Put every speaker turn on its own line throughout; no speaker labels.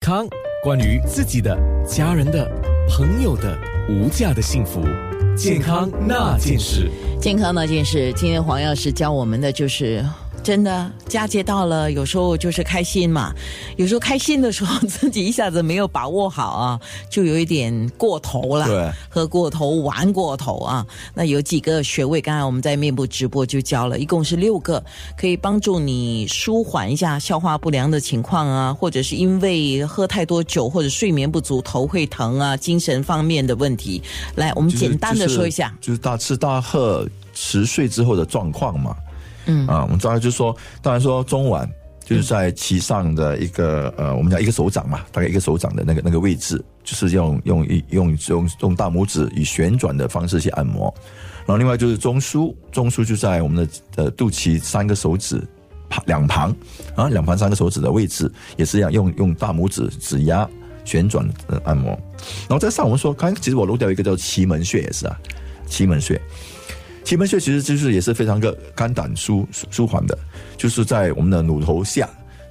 康，关于自己的、家人的、朋友的无价的幸福，健康那件事。
健康那件事，今天黄药师教我们的就是。真的，佳节到了，有时候就是开心嘛。有时候开心的时候，自己一下子没有把握好啊，就有一点过头了。
对，
喝过头，玩过头啊。那有几个穴位，刚才我们在面部直播就教了，一共是六个，可以帮助你舒缓一下消化不良的情况啊，或者是因为喝太多酒或者睡眠不足，头会疼啊，精神方面的问题。来，我们
就是
简单的说一下。
就是，就是大吃大喝十岁之后的状况嘛。嗯啊，我们大概就说，当然说中脘就是在其上的一个、呃，我们讲一个手掌嘛，大概一个手掌的那个那个位置，就是用用一用用用大拇指以旋转的方式去按摩。然后另外就是中枢，中枢就在我们的呃肚脐三个手指旁两旁啊，两旁三个手指的位置，也是一样用用大拇指指压旋转呃按摩。然后在上我们说，刚才其实我漏掉一个叫奇门穴也是啊，奇门穴，奇门穴其实就是也是非常个肝胆舒舒舒缓的，就是在我们的乳头下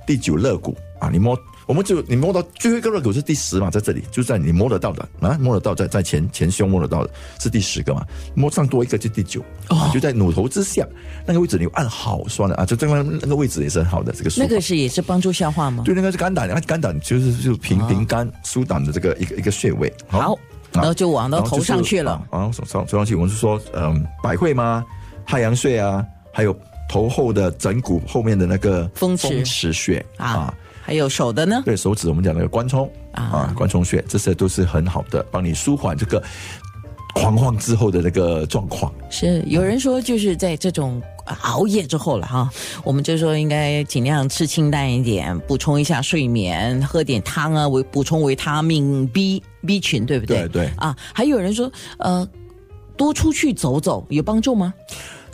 第九肋骨啊，你摸。我们就你摸到最后一个肋骨是第十嘛，在这里就在你摸得到的啊，摸得到在在前前胸摸得到的是第十个嘛，摸上多一个就第九、啊，就在乳头之下那个位置，你按好酸的啊，就这个那个位置也是很好的这个舒
那
缓。
个是也是帮助消化吗？
对，那个是肝胆，那肝胆就是就是平平肝疏胆的这个一个一个穴位。
好，然后就往到
然后
头
就是
上去了。
啊，然后手上头上去，我们是说，嗯，百会吗？太阳穴啊，还有头后的枕骨后面的那个
风池
风池穴
啊，还有手的呢？
对手指我们讲那个关冲啊，关冲穴，这些都是很好的，帮你舒缓这个狂妄之后的那个状况。
是有人说就是在这种熬夜之后了哈，我们就说应该尽量吃清淡一点，补充一下睡眠，喝点汤啊，维补充维他命 B B 群，对不对？
对对
啊，还有人说呃，多出去走走有帮助吗？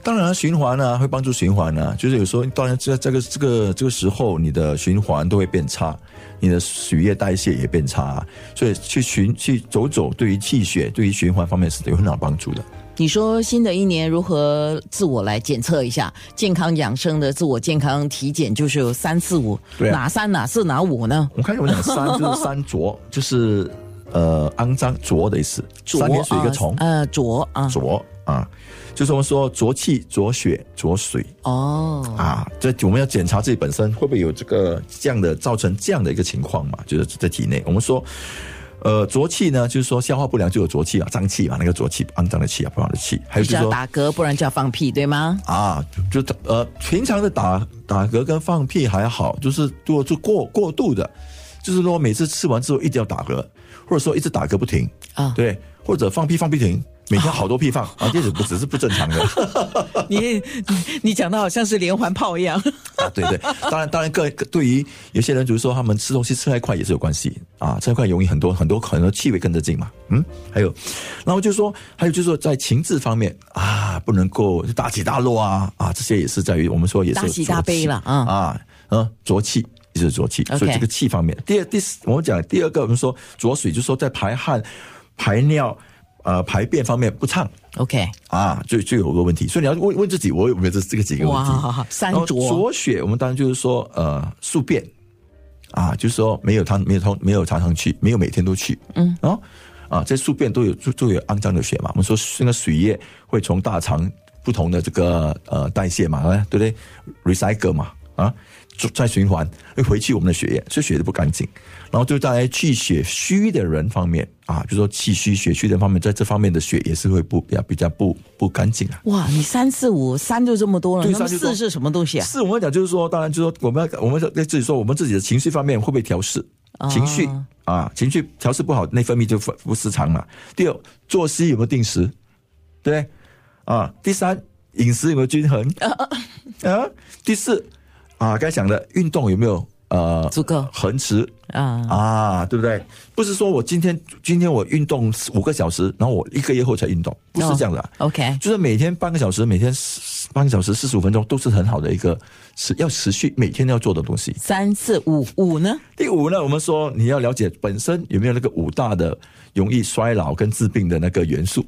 当然，循环呢、会帮助循环呢、就是有时候，当然这这个这个这个时候，你的循环都会变差，你的血液代谢也变差、啊所以去循去走走，对于气血、对于循环方面是有很大帮助的。
你说新的一年如何自我来检测一下健康养生的自我健康体检，就是有三四五，
对啊
哪三哪四哪五呢？
我看有讲三就是三浊，就是呃肮脏浊的意思，
浊
三点水一个虫，
啊呃，浊啊，
浊啊，就是我们说浊气、浊血、浊水
哦，
啊，这我们要检查自己本身会不会有这个这样的造成这样的一个情况嘛，就是在体内。我们说，呃，浊气呢，就是说消化不良就有浊气啊，脏气嘛，那个浊气、肮脏的气啊，不好的气，还有就是
要
说
打嗝，不然就要放屁，对吗？
啊，就就呃，平常的打打嗝跟放屁还好，就是如果就过过度的，就是说每次吃完之后一定要打嗝，或者说一直打嗝不停
啊
对，或者放屁放不停，每天好多屁放啊，这是不只是不正常的
你你讲的好像是连环炮 一样。
啊，对对，当然当然个个对于有些人就是说他们吃东西吃太快也是有关系啊，吃太快容易很多很多很多气味跟着进嘛，嗯，还有，然后就是说还有就是说在情志方面啊，不能够大起大落啊啊，这些也是在于我们说也是
大喜
浊
大悲
气
了嗯
啊，嗯，浊气。就是浊气
OK
所以这个气方面，第二第四，我们讲第二个，我们说浊水，就是说在排汗、排尿、呃排便方面不畅
OK，
啊，就就有个问题。所以你要问问自己，我有没有这这个几个问题？哦
哇，三
然后
浊
浊血，我们当然就是说，呃，宿便啊，就是说没有常没有常没有常常去，没有每天都去，嗯，然后啊，这宿便都有都都有肮脏的血嘛。我们说那个水液会从大肠不同的这个呃代谢嘛，啊对不对？recycle 嘛，啊，就再循环会回去我们的血液，所以血就不干净。然后就在气血虚的人方面啊，比如说气虚血虚的方面，在这方面的血也是会不比较比较不不干净啊。
哇，你三四五三就这么多了，
对
那么
三就多
四是什么东西啊？
是我们讲就是说，当然就是说，我们要我们要对自己说，我们自己的情绪方面会不会调试？
哦
情绪啊，情绪调试不好，内分泌就不不失常嘛。第二，作息有没有定时？对不对啊。第三，饮食有没有均衡？
哦
啊。第四啊，该讲的运动有没有呃
足够
恒持
啊，
啊，对不对？不是说我今天今天我运动五个小时，然后我一个月后才运动，不是这样的啊、
哦 OK
就是每天半个小时，每天10半个小时四十五分钟都是很好的一个持要持续每天要做的东西。
三四五五呢？
第五呢，我们说你要了解本身有没有那个五大的容易衰老跟治病的那个元素，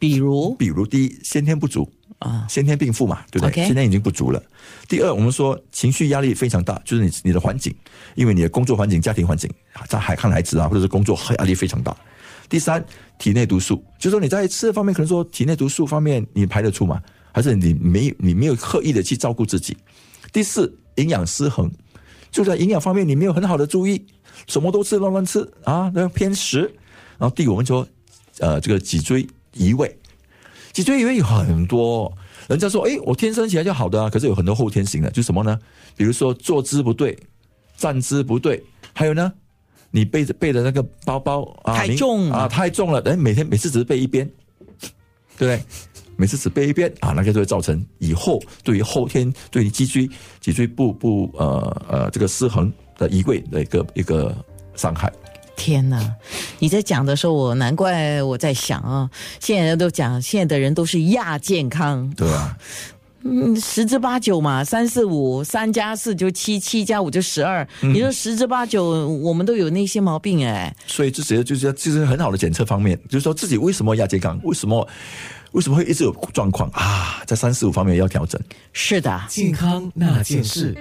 比如
比如第一先天不足
啊，
先天病妇嘛，对不对
OK
先天已经不足了。第二，我们说情绪压力非常大，就是你你的环境，因为你的工作环境、家庭环境，在海看孩子啊，或者是工作压力非常大。第三，体内毒素，就是说你在吃的方面，可能说体内毒素方面你排得出吗？还是你没你没有刻意的去照顾自己？第四，营养失衡，就在营养方面你没有很好的注意，什么都吃乱乱吃啊，那偏食。然后第五，我们说，呃，这个脊椎移位，脊椎移位有很多，人家说，诶，我天生起来就好的啊，可是有很多后天型的，就是什么呢？比如说坐姿不对，站姿不对，还有呢，你背着背的那个包包啊，
太
您
重了
啊，太重了，哎，每天每次只是背一边，对不对？每次只背一边啊，那个就会造成以后对于后天对于脊椎脊椎部部呃呃这个失衡的移位的一个一个伤害。
天哪！你在讲的时候，我难怪我在想啊，现在都讲现在的人都是亚健康，
对啊，
嗯，十之八九嘛，三四五，三加四就七，七加五就十二。你说十之八九，我们都有那些毛病哎、
所以这些就是就是很好的检测方面，就是说自己为什么亚健康，为什么为什么会一直有状况啊？在三十五方面要调整。
是的，
健康那件事。